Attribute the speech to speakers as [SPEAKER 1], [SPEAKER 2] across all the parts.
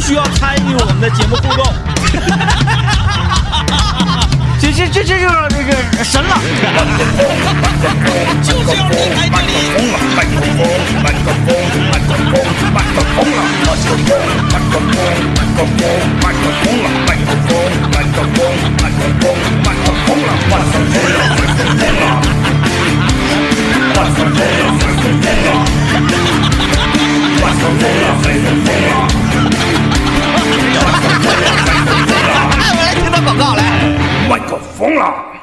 [SPEAKER 1] 需要参与我们的节目互动。
[SPEAKER 2] 这这这这就是这 个神了。
[SPEAKER 1] 就是要离开这里。
[SPEAKER 2] 哎，我来听段广告来。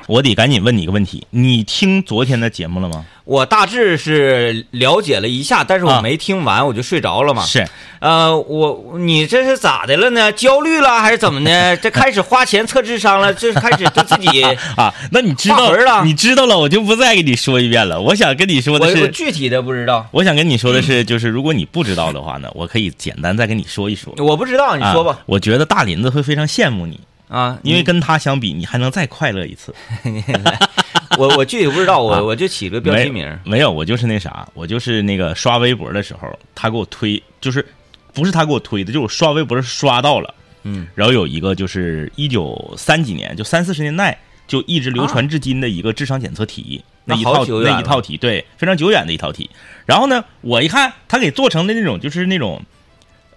[SPEAKER 1] 我得赶紧问你一个问题，你听昨天的节目了吗？
[SPEAKER 3] 我大致是了解了一下，但是
[SPEAKER 1] 啊
[SPEAKER 3] 我没听完，我就睡着了嘛。
[SPEAKER 1] 是，
[SPEAKER 3] 呃，我你这是咋的了呢？焦虑了还是怎么的？这开始花钱测智商了，这开始对自己
[SPEAKER 1] 啊，那你知道
[SPEAKER 3] 画魂了
[SPEAKER 1] 你知道了，我就不再给你说一遍了。我想跟你说
[SPEAKER 3] 我
[SPEAKER 1] 的
[SPEAKER 3] 我
[SPEAKER 1] 是，
[SPEAKER 3] 具体的不知道，
[SPEAKER 1] 我想跟你说的是，就是如果你不知道的话呢，我可以简单再跟你说一说。
[SPEAKER 3] 我不知道，你说吧
[SPEAKER 1] 啊。我觉得大林子会非常羡慕你，
[SPEAKER 3] 啊，
[SPEAKER 1] 因为跟他相比，你还能再快乐一次。
[SPEAKER 3] 我我具体不知道，
[SPEAKER 1] 啊
[SPEAKER 3] 我我就起个标
[SPEAKER 1] 没
[SPEAKER 3] 题名儿
[SPEAKER 1] 没有，我就是那啥，我就是那个刷微博的时候，他给我推，就是不是他给我推的，就是我刷微博刷到了，
[SPEAKER 3] 嗯，
[SPEAKER 1] 然后有一个就是一九三几年，就三四十年代就一直流传至今的一个智商检测题，
[SPEAKER 3] 啊那
[SPEAKER 1] 一
[SPEAKER 3] 好
[SPEAKER 1] 套
[SPEAKER 3] 久远
[SPEAKER 1] 那一
[SPEAKER 3] 了
[SPEAKER 1] 套题，对，非常久远的一套题。然后呢，我一看他给做成的那种就是那种，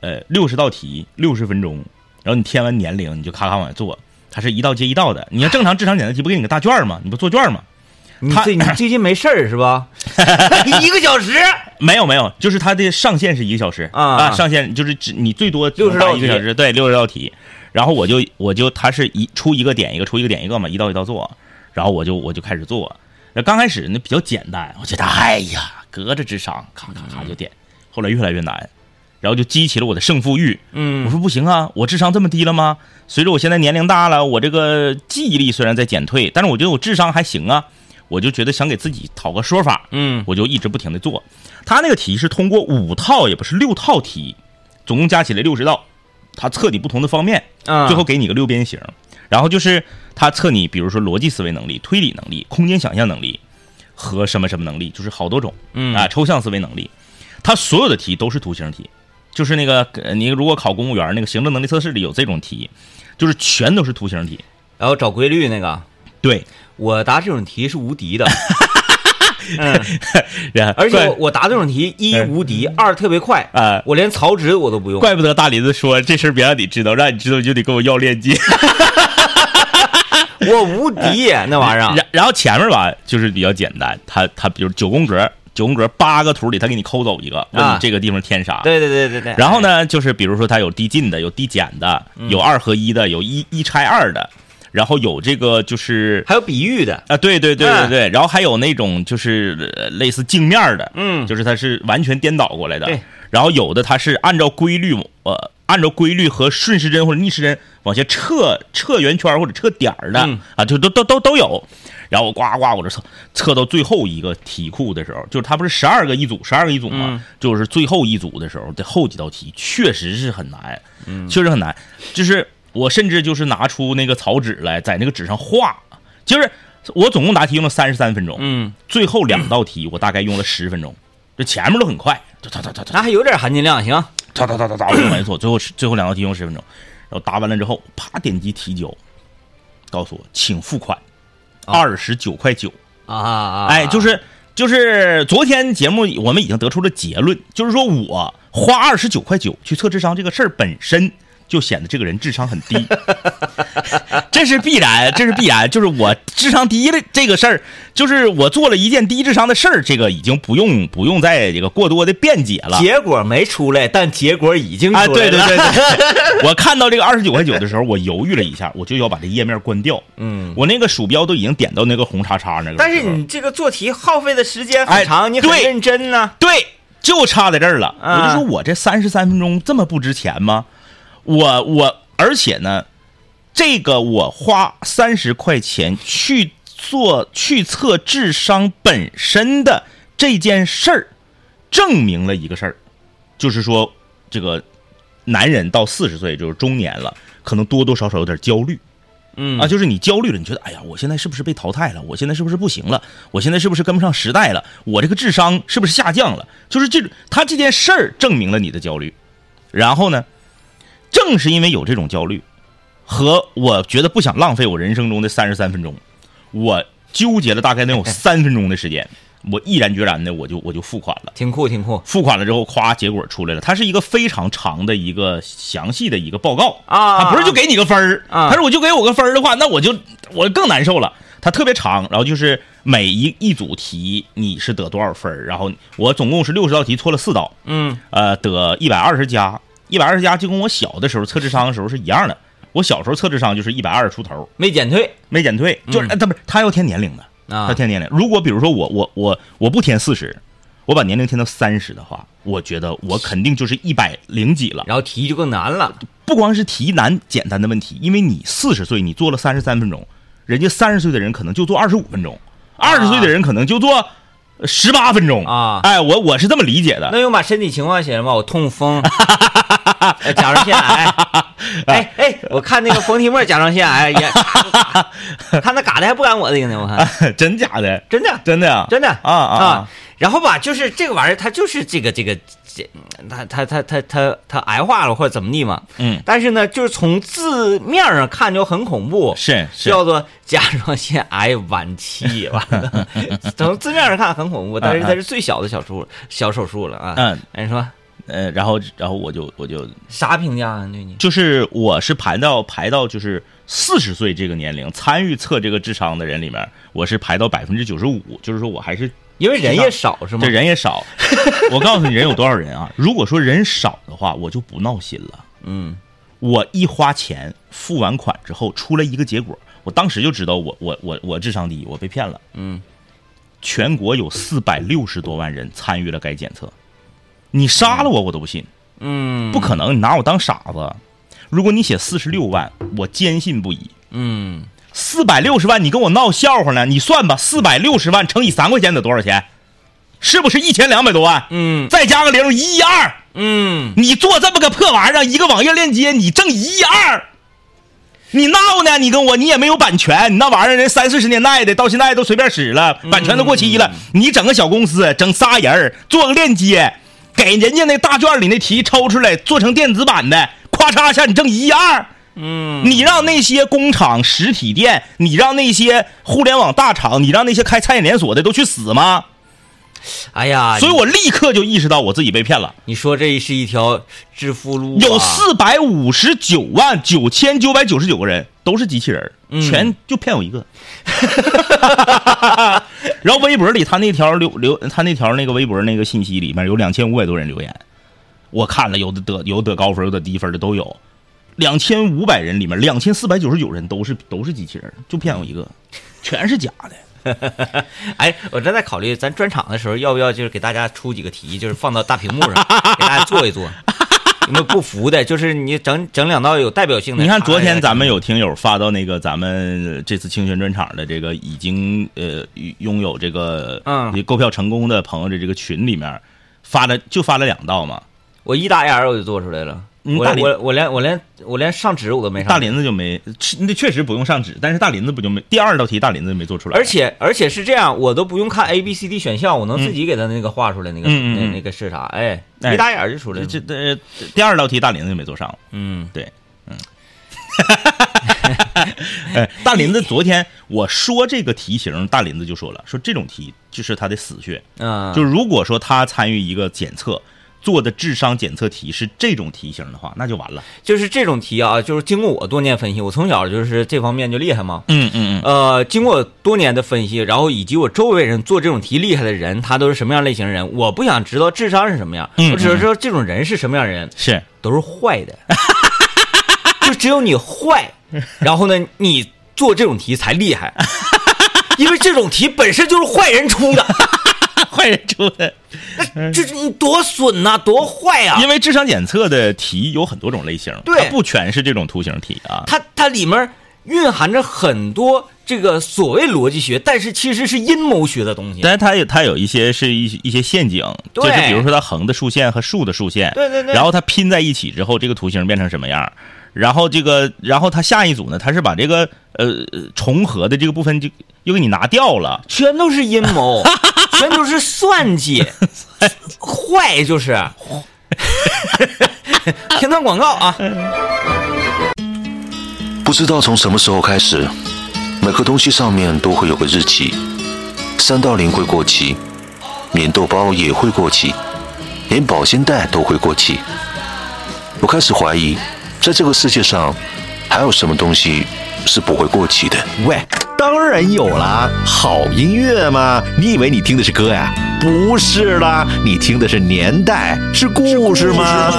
[SPEAKER 1] 呃，六十道题，六十分钟，然后你填完年龄，你就咔咔往下做。它是一道接一道的，你要正常智商检测题不给你个大卷儿吗？你不做卷儿吗？
[SPEAKER 3] 你
[SPEAKER 1] 他
[SPEAKER 3] 最你最近没事儿是吧？一个小时，
[SPEAKER 1] 没有没有，就是它的上限是一个小时
[SPEAKER 3] 啊
[SPEAKER 1] 上限就是只你最多只
[SPEAKER 3] 60
[SPEAKER 1] 能答
[SPEAKER 3] 道
[SPEAKER 1] 一个
[SPEAKER 3] 题
[SPEAKER 1] 小时，对，六十道题。然后我就我就它是一出一个点一个出一个点一个嘛，一道一道做，然后我就我就开始做。那刚开始那比较简单，我觉得哎呀，隔着智商咔咔咔就点，后来越来越难，然后就激起了我的胜负欲。
[SPEAKER 3] 嗯
[SPEAKER 1] 我说不行啊，我智商这么低了吗？随着我现在年龄大了，我这个记忆力虽然在减退，但是我觉得我智商还行啊，我就觉得想给自己讨个说法。
[SPEAKER 3] 嗯，
[SPEAKER 1] 我就一直不停的做。他那个题是通过五套，也不是六套题，总共加起来六十道，他测你不同的方面，
[SPEAKER 3] 啊
[SPEAKER 1] 最后给你个六边形。然后就是他测你，比如说逻辑思维能力、推理能力、空间想象能力和什么什么能力，就是好多种，
[SPEAKER 3] 嗯
[SPEAKER 1] 啊，抽象思维能力。他所有的题都是图形题，就是那个呃你如果考公务员那个行政能力测试里有这种题，就是全都是图形题。
[SPEAKER 3] 然后找规律那个，
[SPEAKER 1] 对，
[SPEAKER 3] 我答这种题是无敌的，
[SPEAKER 1] 然后
[SPEAKER 3] 而且我
[SPEAKER 1] 怪
[SPEAKER 3] 我答这种题一
[SPEAKER 1] 嗯
[SPEAKER 3] 无敌，二特别快
[SPEAKER 1] 啊
[SPEAKER 3] 我连曹植我都不用。
[SPEAKER 1] 怪不得大林子说这事儿别让你知道，让你知道你就得跟我要链接。
[SPEAKER 3] 我无敌那玩意儿
[SPEAKER 1] 然然后前面吧，就是比较简单，他他比如九宫格，九宫格八个图里，他给你抠走一个，问你
[SPEAKER 3] 啊
[SPEAKER 1] 这个地方填啥。
[SPEAKER 3] 对对对对对。
[SPEAKER 1] 然后呢，就是比如说它有递进的，有递减的，
[SPEAKER 3] 嗯
[SPEAKER 1] 有二合一的，有一一拆二的，然后有这个就是
[SPEAKER 3] 哎？还有比喻的，
[SPEAKER 1] 啊，对对对对
[SPEAKER 3] 嗯
[SPEAKER 1] 对，然后还有那种就是呃类似镜面儿的，
[SPEAKER 3] 嗯
[SPEAKER 1] 就是它是完全颠倒过来的
[SPEAKER 3] 对，
[SPEAKER 1] 然后有的它是按照规律，呃，按照规律和顺时针或者逆时针往下撤撤圆圈儿或者撤点儿的、
[SPEAKER 3] 嗯
[SPEAKER 1] 啊，就都都都都有。然后我呱呱，我这测测到最后一个题库的时候，就是它不是十二个一组，十二个一组嘛，
[SPEAKER 3] 嗯
[SPEAKER 1] 就是最后一组的时候的后几道题确实是很难，确实很难。就是我甚至就是拿出那个草纸来，在那个纸上画，就是我总共答题用了三十三分钟，
[SPEAKER 3] 嗯，
[SPEAKER 1] 最后两道题我大概用了十分钟，这前面都很快，哒哒哒哒哒
[SPEAKER 3] 那还有点含金量，行。啊
[SPEAKER 1] 哒哒哒哒哒，我用完一做，最后最后两道题用十分钟，然后答完了之后，啪点击提交，告诉我请付款，二十九块九。
[SPEAKER 3] 啊啊！
[SPEAKER 1] 哎，就是是就是昨天节目我们已经得出了结论，就是说我花二十九块九去测智商这个事儿本身。就显得这个人智商很 低，这是必然，这是必然。就是我智商低的这个事儿，就是我做了一件低智商的事儿，这个已经不用不用再这个过多的辩解了。
[SPEAKER 3] 结果没出来，但结果已经出来
[SPEAKER 1] 啊，
[SPEAKER 3] 了。
[SPEAKER 1] 对对对对，我看到这个二十九块九的时候，我犹豫了一下，我就要把这页面关掉。
[SPEAKER 3] 嗯。
[SPEAKER 1] 我那个鼠标都已经点到那个红叉叉那个时候了，
[SPEAKER 3] 但是你这个做题耗费的时间
[SPEAKER 1] 哎
[SPEAKER 3] 很长，你很
[SPEAKER 1] 对
[SPEAKER 3] 认真呢。
[SPEAKER 1] 对，就差在这儿了。
[SPEAKER 3] 啊
[SPEAKER 1] 我就说我这三十三分钟这么不值钱吗？我我而且呢，这个我花三十块钱去做去测智商本身的这件事儿，证明了一个事儿，就是说这个男人到四十岁就是中年了，可能多多少少有点焦虑。
[SPEAKER 3] 嗯
[SPEAKER 1] 啊，就是你焦虑了，你觉得哎呀，我现在是不是被淘汰了？我现在是不是不行了？我现在是不是跟不上时代了？我这个智商是不是下降了？就是这，他这件事儿证明了你的焦虑，然后呢，这正是因为有这种焦虑，和我觉得不想浪费我人生中的三十三分钟，我纠结了大概能有三分钟的时间，我毅然决然的我就我就付款了。
[SPEAKER 3] 挺酷挺酷
[SPEAKER 1] 付款了之后，咵，结果出来了。它是一个非常长的一个详细的一个报告
[SPEAKER 3] 啊
[SPEAKER 1] 它不是就给你个分儿
[SPEAKER 3] 啊
[SPEAKER 1] 他说我就给我个分儿的话，那我就我更难受了。它特别长，然后就是每一一组题你是得多少分儿，然后我总共是六十道题，错了四道，
[SPEAKER 3] 嗯，
[SPEAKER 1] 呃，得一百二十加，一百二十加就跟我小的时候测智商的时候是一样的。我小时候测智商就是一百二十出头，
[SPEAKER 3] 没减退
[SPEAKER 1] 没减退，就是
[SPEAKER 3] 嗯
[SPEAKER 1] 呃他不是他要填年龄的，
[SPEAKER 3] 啊
[SPEAKER 1] 他，填年龄。如果比如说我我我我不填四十，我把年龄填到三十的话，我觉得我肯定就是一百零几了。
[SPEAKER 3] 然后题就更难了，
[SPEAKER 1] 不光是题难简单的问题，因为你四十岁你做了三十三分钟，人家三十岁的人可能就做二十五分钟，二十岁的人可能就做十八分钟
[SPEAKER 3] 啊
[SPEAKER 1] 哎，我我是这么理解的。
[SPEAKER 3] 那用把身体情况写上吧，我痛风，呃甲状腺癌，哎哎，我看那个冯提莫甲状腺癌也，他那嘎的还不赶我这个呢，我看
[SPEAKER 1] 真假的？
[SPEAKER 3] 真的
[SPEAKER 1] 真的呀？
[SPEAKER 3] 真的
[SPEAKER 1] 啊啊
[SPEAKER 3] 啊！然后吧，就是这个玩意儿，它就是这个这个这，它它它它它它癌化了或者怎么地嘛。
[SPEAKER 1] 嗯，
[SPEAKER 3] 但是呢，就是从字面上看就很恐怖，
[SPEAKER 1] 是是
[SPEAKER 3] 叫做甲状腺癌晚期，完了，从字面上看很恐怖，但是它是最小的小手术小手术了啊。
[SPEAKER 1] 嗯，
[SPEAKER 3] 哎，你说
[SPEAKER 1] 呃，然后然后我就我就
[SPEAKER 3] 啥评价啊？对你
[SPEAKER 1] 就是我是排到排到就是四十岁这个年龄参与测这个智商的人里面，我是排到百分之九十五，就是说我还是
[SPEAKER 3] 因为人也少是吗
[SPEAKER 1] 这？人也少。 我告诉你，人有多少人啊？如果说人少的话，我就不闹心了。
[SPEAKER 3] 嗯，
[SPEAKER 1] 我一花钱付完款之后，出来一个结果，我当时就知道我我我我智商低，我被骗了。
[SPEAKER 3] 嗯，
[SPEAKER 1] 全国有四百六十多万人参与了该检测，你杀了我我都不信，
[SPEAKER 3] 嗯
[SPEAKER 1] 不可能，你拿我当傻子。如果你写四十六万，我坚信不疑。
[SPEAKER 3] 嗯，
[SPEAKER 1] 四百六十万，你跟我闹笑话呢？你算吧，四百六十万乘以三块钱得多少钱？是不是一千两百多万？
[SPEAKER 3] 嗯
[SPEAKER 1] 再加个零，一亿二。
[SPEAKER 3] 嗯，
[SPEAKER 1] 你做这么个破玩意儿，一个网页链接，你挣一亿二，你闹呢？你跟我，你也没有版权，你那玩意儿人三四十年代的，到现在都随便使了，
[SPEAKER 3] 嗯
[SPEAKER 1] 版权都过期了。你整个小公司，整仨人儿做个链接，给人家那大卷里那题抽出来，做成电子版的，咔嚓一下你挣一亿二。嗯，你让那些工厂、实体店，你让那些互联网大厂，你让那些开餐饮连锁的都去死吗？
[SPEAKER 3] 哎呀，
[SPEAKER 1] 所以我立刻就意识到我自己被骗了。
[SPEAKER 3] 你说这是一条致富路、啊，
[SPEAKER 1] 有四百五十九万九千九百九十九个人都是机器人儿，全就骗我一个。 然后微博里他那条留留他那条那个微博那个信息里面有两千五百多人留言，我看了有的得有得高分有得低分的都有，两千五百人里面两千四百九十九人都是都是机器人儿，就骗我一个，全是假的。
[SPEAKER 3] 哎，我正在考虑咱专场的时候要不要就是给大家出几个题，就是放到大屏 幕上给大家做一做。有没有不服的？就是你整整两道有代表性的。
[SPEAKER 1] 你看昨天
[SPEAKER 3] 咱
[SPEAKER 1] 咱们有听友发到那个咱们这次清泉专场的这个已经呃拥有这个
[SPEAKER 3] 嗯
[SPEAKER 1] 购票成功的朋友的这个群里面发了就发了两道嘛，
[SPEAKER 3] 我一打 L 我就做出来了。
[SPEAKER 1] 嗯
[SPEAKER 3] 我
[SPEAKER 1] 大林
[SPEAKER 3] 我我连我连我连上纸我都没上。
[SPEAKER 1] 大，林子就没，是那确实不用上纸，但是大林子不就没第二道题大林子就没做出来，
[SPEAKER 3] 而且而且是这样，我都不用看 A B C D 选项，我能自己给他那个画出来那个
[SPEAKER 1] 嗯嗯嗯
[SPEAKER 3] 那
[SPEAKER 1] 嗯
[SPEAKER 3] 那个是啥？哎，
[SPEAKER 1] 哎
[SPEAKER 3] 一打眼就出来
[SPEAKER 1] 这
[SPEAKER 3] 了。
[SPEAKER 1] 这这呃第二道题大林子就没做上，
[SPEAKER 3] 嗯，
[SPEAKER 1] 对，嗯， 哎，大林子昨天我说这个题型，大林子就说了，说这种题就是他的死穴，
[SPEAKER 3] 嗯，
[SPEAKER 1] 就如果说他参与一个检测做的智商检测题是这种题型的话，那就完了。
[SPEAKER 3] 就是这种题啊，就是经过我多年分析，我从小就是这方面就厉害嘛。
[SPEAKER 1] 嗯嗯嗯，
[SPEAKER 3] 呃，经过多年的分析，然后以及我周围人做这种题厉害的人，他都是什么样类型的人，我不想知道智商是什么样，
[SPEAKER 1] 嗯
[SPEAKER 3] 我只是说这种人是什么样的人，
[SPEAKER 1] 是
[SPEAKER 3] 都是坏的， 就只有你 坏，然后呢，你做这种题才厉害，因为这种题本身就是坏人出的，
[SPEAKER 1] 坏人出的，嗯
[SPEAKER 3] 这是你多损呐、多坏啊！
[SPEAKER 1] 因为智商检测的题有很多种类型，
[SPEAKER 3] 对
[SPEAKER 1] 它不全是这种图形题啊。
[SPEAKER 3] 它它里面蕴含着很多这个所谓逻辑学，但是其实是阴谋学的东西。
[SPEAKER 1] 但是它有它有一些是一一些陷阱，就
[SPEAKER 3] 对
[SPEAKER 1] 是比如说它横的竖线和竖的竖线，
[SPEAKER 3] 对对对
[SPEAKER 1] 然后它拼在一起之后，这个图形变成什么样？然后这个，然后它下一组呢，它是把这个呃重合的这个部分就又给你拿掉了，
[SPEAKER 3] 全都是阴谋，全 都是算计，坏就是。听段广告啊，
[SPEAKER 4] 不知道从什么时候开始，每个东西上面都会有个日期，三道零会过期，免豆包也会过期，连保鲜袋都会过期。我开始怀疑，在这个世界上，还有什么东西是不会过期的？
[SPEAKER 5] 喂，当然有啦，好音乐嘛！你以为你听的是歌呀？不是啦，你听的是年代，是故事嘛。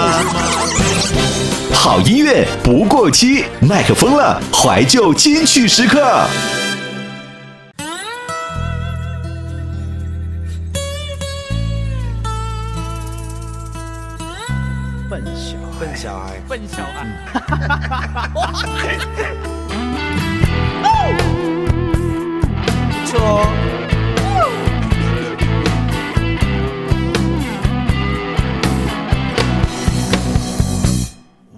[SPEAKER 5] 好音乐不过期，麦克风了，怀旧金曲时刻。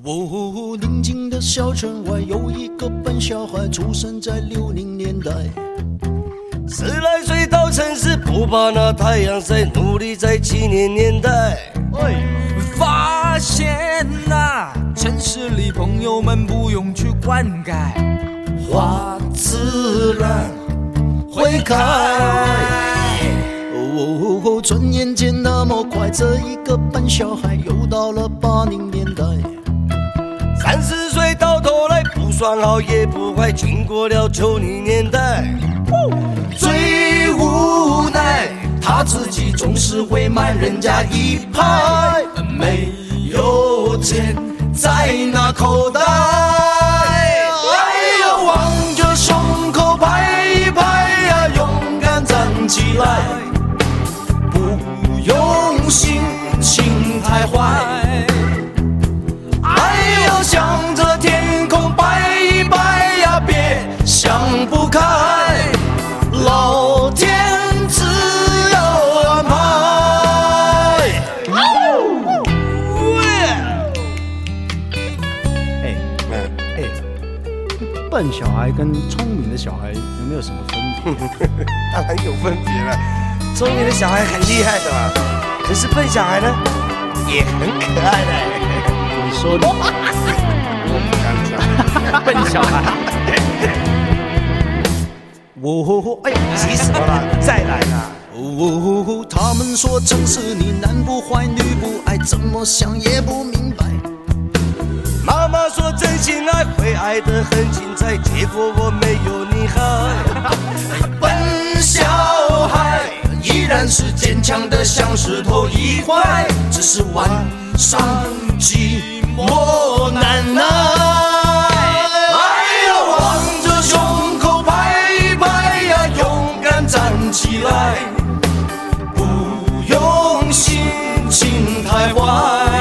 [SPEAKER 6] 哦，宁静的小城外有一个笨小孩，出生在六零年代。
[SPEAKER 7] 十来岁到城市，不怕那太阳晒，努力在七零年代。
[SPEAKER 8] 发现呐、城市里朋友们不用去灌溉，
[SPEAKER 7] 花自然会开。
[SPEAKER 6] 哦，哦转眼间那么快，这一个笨小孩又到了八零年代。
[SPEAKER 7] 三十岁到头来不算好也不坏，经过了九零年代，
[SPEAKER 6] 最无奈，他自己总是会慢人家一拍，没有钱在那口袋。哎呀，望着胸口拍一拍呀，勇敢站起来，不用心情太坏。哎呦，向着天空拜一拜呀，别想不开，老天自有安排。
[SPEAKER 9] 哎笨小孩跟聪明的小孩有没有什么分别？
[SPEAKER 7] 当然有分别了。聪明的小孩很厉害的嘛，可是笨小孩呢，也很可爱的。
[SPEAKER 9] 你说的
[SPEAKER 7] 哦吼吼，哎，急死我了，再来啦！
[SPEAKER 6] 哦，他们说城市里男不坏女不爱，怎么想也不明白。
[SPEAKER 7] 妈妈说真心爱会爱得很精彩，结果我没有你好。
[SPEAKER 6] 笨小孩依然是坚强的，像石头一块，只是晚上寂寞难耐。哎呀，望着胸口拍一拍呀，勇敢站起来，不用心情太坏。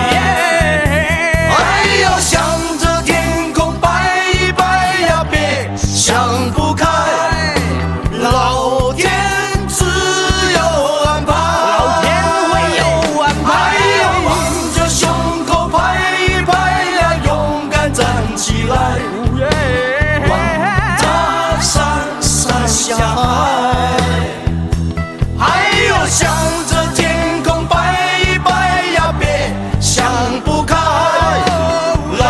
[SPEAKER 6] 哎呀，向着天空拜一拜呀，别想不开，老天自有安排，老天会有安排。哎呀，望着胸口拍一拍呀，勇敢站起来，往大山山下海。哎呦，向着天空拜一拜呀，别想不开，老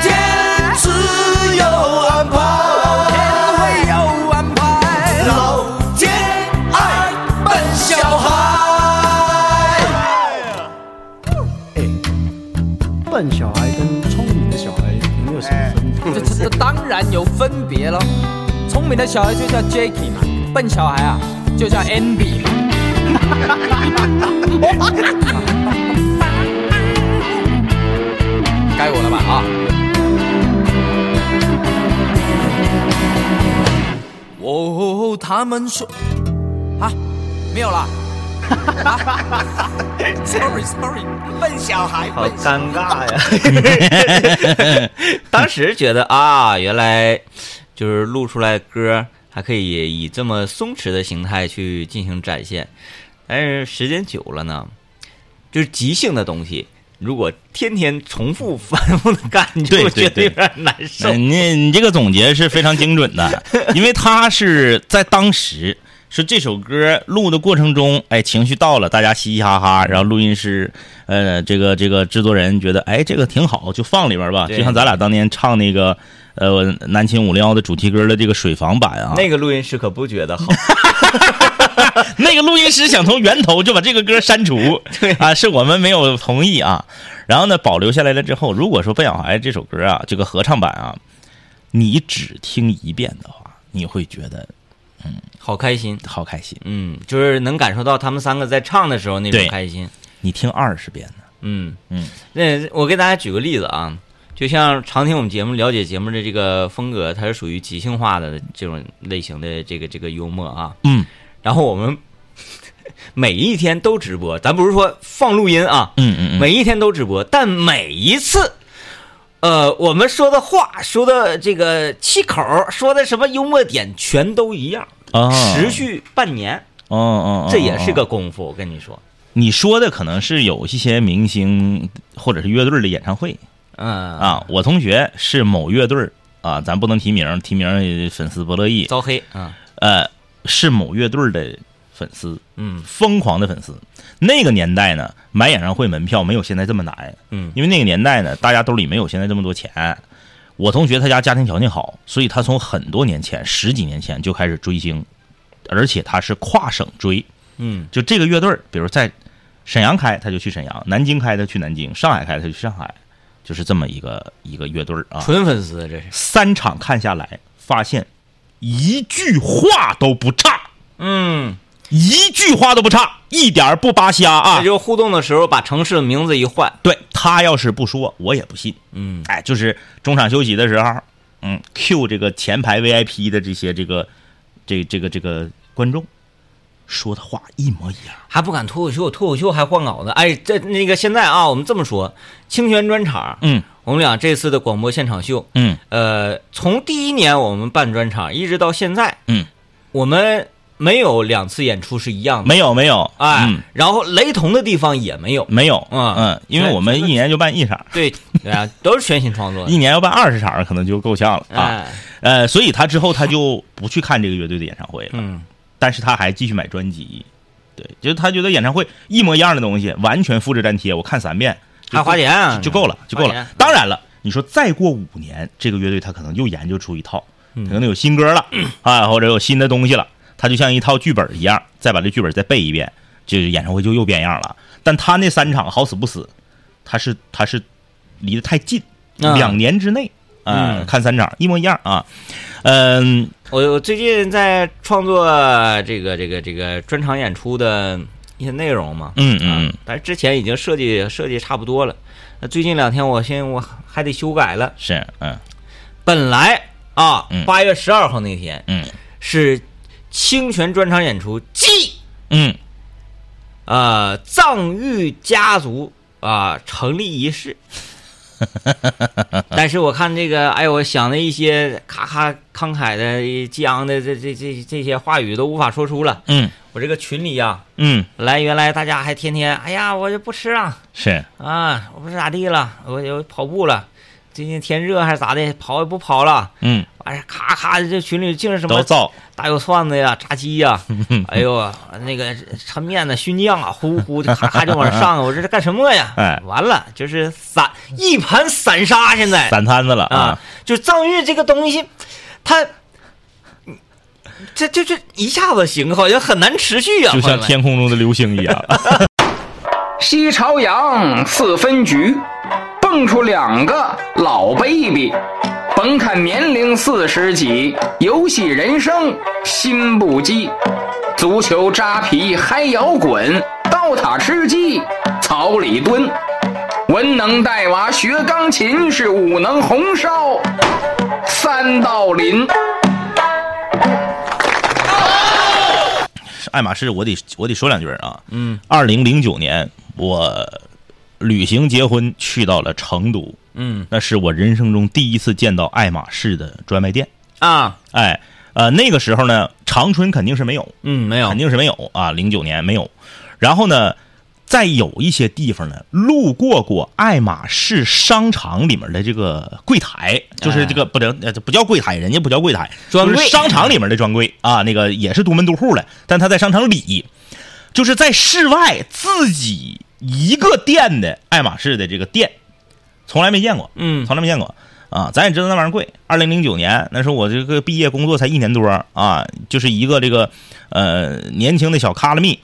[SPEAKER 6] 天自有安排，老天会有安排，老天爱笨小孩。
[SPEAKER 9] 笨小孩跟聪明的小孩有没有什么分别？
[SPEAKER 8] 这这这当然有分别喽。聪明的小孩就叫 Jacky 嘛，笨小孩啊就叫 Andy 嘛。 该我了吧啊！哦，他们说啊，没有了。s o r r y s o r r y 笨小孩，
[SPEAKER 3] 好
[SPEAKER 8] 笨小孩
[SPEAKER 3] 尴尬呀！ 当时觉得啊，原来就是录出来歌还可以以这么松弛的形态去进行展现，但是时间久了呢，就是即兴的东西，如果天天重复反复的干，你就
[SPEAKER 1] 对
[SPEAKER 3] 会觉得
[SPEAKER 1] 对对
[SPEAKER 3] 有点难 受
[SPEAKER 1] 哎。你你这个总结是非常精准的，因为他是在当时说这首歌录的过程中，哎，情绪到了，大家嘻嘻哈哈，然后录音师，呃，这个这个制作人觉得，哎，这个挺好，就放里边吧，
[SPEAKER 3] 对
[SPEAKER 1] 就像咱俩当年唱那个。呃，南秦五零幺的主题歌的这个水房版啊，
[SPEAKER 3] 那个录音师可不觉得好，
[SPEAKER 1] 那个录音师想从源头就把这个歌 删除，对啊，是我们没有同意啊。然后呢，保留下来了之后，如果说《奔小孩》这首歌啊，这个合唱版啊，你只听一遍的话，你会觉得
[SPEAKER 3] 好开心。
[SPEAKER 1] 好开心；
[SPEAKER 3] 嗯，就是能感受到他们三个在唱的时候那种
[SPEAKER 1] 对
[SPEAKER 3] 开心。
[SPEAKER 1] 你听二十遍呢，
[SPEAKER 3] 嗯
[SPEAKER 1] 嗯，
[SPEAKER 3] 那我给大家举个例子啊，就像常听我们节目、了解节目的这个风格，它是属于即兴化的这种类型的这个这个幽默啊。
[SPEAKER 1] 嗯，
[SPEAKER 3] 然后我们每一天都直播，咱不是说放录音啊，
[SPEAKER 1] 嗯嗯嗯，
[SPEAKER 3] 每一天都直播，但每一次。呃，我们说的话，说的这个气口，说的什么幽默点，全都一样，
[SPEAKER 1] 啊，
[SPEAKER 3] 持，续半年，
[SPEAKER 1] 哦哦，哦
[SPEAKER 3] 这也是个功夫。我跟你说，
[SPEAKER 1] 你说的可能是有一些明星或者是乐队的演唱会
[SPEAKER 3] 嗯，
[SPEAKER 1] 啊。我同学是某乐队儿啊，咱不能提名，提名粉丝不乐意。
[SPEAKER 3] 遭黑啊，
[SPEAKER 1] 呃，是某乐队儿的粉丝，
[SPEAKER 3] 嗯
[SPEAKER 1] 疯狂的粉丝。那个年代呢，买演唱会门票没有现在这么难，
[SPEAKER 3] 嗯
[SPEAKER 1] 因为那个年代呢，大家兜里没有现在这么多钱。我同学他家家庭条件好，所以他从很多年前，十几年前就开始追星，而且他是跨省追，
[SPEAKER 3] 嗯
[SPEAKER 1] 就这个乐队儿，比如在沈阳开，他就去沈阳；南京开，他去南京；上海开，他就去上海，就是这么一个一个乐队儿啊。
[SPEAKER 3] 纯粉丝这是，
[SPEAKER 1] 三场看下来，发现一句话都不差。
[SPEAKER 3] 嗯，
[SPEAKER 1] 一句话都不差，一点儿不扒瞎啊
[SPEAKER 3] 那！就互动的时候把城市的名字一换，
[SPEAKER 1] 对他要是不说，我也不信。
[SPEAKER 3] 嗯
[SPEAKER 1] 哎，就是中场休息的时候，嗯，Q 这个前排 VIP 的这些这个这这个这个观众说的话一模一样。
[SPEAKER 3] 还不敢脱口秀，脱口秀还换稿子，哎，这那个现在啊，我们这么说，清泉专场，
[SPEAKER 1] 嗯
[SPEAKER 3] 我们俩这次的广播现场秀，
[SPEAKER 1] 嗯
[SPEAKER 3] 呃，从第一年我们办专场一直到现在，
[SPEAKER 1] 嗯，
[SPEAKER 3] 我们没有两次演出是一样的，
[SPEAKER 1] 没有没有，
[SPEAKER 3] 哎，
[SPEAKER 1] 嗯、
[SPEAKER 3] 然后雷同的地方也没有，
[SPEAKER 1] 没有，
[SPEAKER 3] 嗯
[SPEAKER 1] 嗯，因为我们一年就办一场，
[SPEAKER 3] 对，
[SPEAKER 1] 嗯
[SPEAKER 3] 对啊，都是全新创作的
[SPEAKER 1] 一，年要办二十场，可能就够呛了啊。
[SPEAKER 3] 哎，
[SPEAKER 1] 呃，所以他之后他就不去看这个乐队的演唱会了。
[SPEAKER 3] 嗯，
[SPEAKER 1] 但是他还继续买专辑，对，就是他觉得演唱会一模一样的东西，完全复制粘贴，我看三遍就
[SPEAKER 3] 还花钱啊
[SPEAKER 1] 就够了，就够
[SPEAKER 3] 花
[SPEAKER 1] 了
[SPEAKER 3] 钱。
[SPEAKER 1] 当然了，你说再过五年，这个乐队他可能又研究出一套，可能有新歌了啊，或者有新的东西了，他就像一套剧本一样，再把这剧本再背一遍，就是演唱会就又变样了。但他那三场好死不死，他是他是离得太近，
[SPEAKER 3] 啊
[SPEAKER 1] 两年之内啊、
[SPEAKER 3] 嗯
[SPEAKER 1] 看三场一模一样啊，嗯
[SPEAKER 3] 我我最近在创作这个这个这个专场演出的一些内容嘛，
[SPEAKER 1] 嗯嗯
[SPEAKER 3] 啊，但是之前已经设计设计差不多了。那最近两天我先我还得修改了。
[SPEAKER 1] 是嗯
[SPEAKER 3] 本来啊
[SPEAKER 1] 嗯，
[SPEAKER 3] 八月十二号那天
[SPEAKER 1] 嗯
[SPEAKER 3] 是清泉专场演出暨
[SPEAKER 1] 嗯
[SPEAKER 3] 呃藏玉家族啊、成立仪 式，但是我看这个，哎呦，我想的一些咔咔慷慨的激昂的这这这这些话语都无法说出了。
[SPEAKER 1] 嗯
[SPEAKER 3] 我这个群里呀、
[SPEAKER 1] 嗯，
[SPEAKER 3] 来原来大家还天天，哎呀，我就不吃啊
[SPEAKER 1] 是，
[SPEAKER 3] 啊，我不是咋地了，我我跑步了，最近天热还是咋的，跑也不跑了。
[SPEAKER 1] 嗯，
[SPEAKER 3] 哎呀，咔咔，这群里净是什
[SPEAKER 1] 都
[SPEAKER 3] 么
[SPEAKER 1] 造，
[SPEAKER 3] 大油蒜子呀、炸鸡 呀，哎呦，那个抻面呢、熏酱啊，呼呼就咔咔就往上 上，我这是干什么呀？
[SPEAKER 1] 哎
[SPEAKER 3] 完了，就是散一盘散沙，现在
[SPEAKER 1] 散摊子了
[SPEAKER 3] 啊
[SPEAKER 1] 啊，，
[SPEAKER 3] 就藏玉这个东西，它。这这这一下子行，好像很难持续啊！
[SPEAKER 1] 就
[SPEAKER 3] 朋友
[SPEAKER 1] 像
[SPEAKER 3] 们
[SPEAKER 1] 天空中的流星一样。
[SPEAKER 10] 西朝阳四分局，蹦出两个老 baby。甭看年龄四十几，游戏人生心不羁。足球扎皮嗨摇滚，刀塔吃鸡草里蹲。文能带娃学钢琴，是武能红烧三道林。
[SPEAKER 1] 爱马仕，我得我得说两句啊。嗯，二零零九年我旅行结婚去到了成都，
[SPEAKER 3] 嗯
[SPEAKER 1] 那是我人生中第一次见到爱马仕的专卖店。
[SPEAKER 3] 啊，
[SPEAKER 1] 哎，呃，那个时候呢，长春肯定是没有，
[SPEAKER 3] 嗯，没有
[SPEAKER 1] 肯，定是没有啊，零九年没有。然后呢，在有一些地方呢，路过过爱马仕商场里面的这个柜台，就是这个不能呃不叫柜台，人家不叫柜台，
[SPEAKER 3] 哎专柜
[SPEAKER 1] 就是商场里面的专柜啊，那个也是独门独户的，但他在商场里，就是在室外自己一个店的爱马仕的这个店，从来没见过，
[SPEAKER 3] 嗯
[SPEAKER 1] 从来没见过啊。咱也知道那玩意儿贵。二零零九年那时候我这个毕业工作才一年多啊，就是一个这个呃年轻的小卡拉蜜，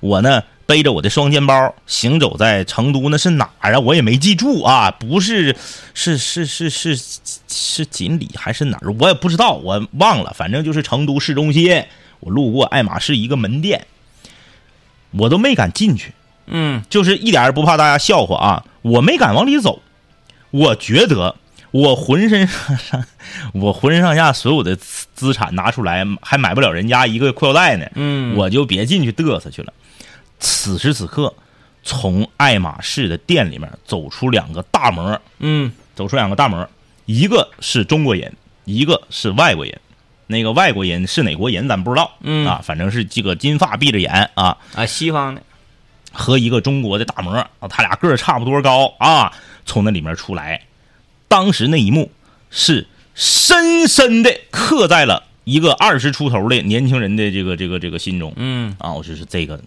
[SPEAKER 1] 我呢背着我的双肩包行走在成都，那是哪儿啊？我也没记住啊，不是是是是是是是锦里还是哪儿？我也不知道，我忘了，反正就是成都市中心。我路过爱马仕一个门店，我都没敢进去。
[SPEAKER 3] 嗯
[SPEAKER 1] 就是一点儿也不怕大家笑话啊，我没敢往里走，我觉得我浑身上下，我浑身上下所有的资资产拿出来，还买不了人家一个裤腰带呢，
[SPEAKER 3] 嗯
[SPEAKER 1] 我就别进去嘚瑟去了。此时此刻，从爱马仕的店里面走出两个大模，
[SPEAKER 3] 嗯
[SPEAKER 1] 走出两个大模，一个是中国人，一个是外国人。那个外国人是哪国人咱不知道，
[SPEAKER 3] 嗯
[SPEAKER 1] 啊，反正是这个金发闭着眼啊，
[SPEAKER 3] 啊，西方的，
[SPEAKER 1] 和一个中国的大模啊，他俩个儿差不多高啊，从那里面出来。当时那一幕是深深的刻在了一个二十出头的年轻人的这个这个这个心中
[SPEAKER 3] 嗯
[SPEAKER 1] 啊，我就是这个，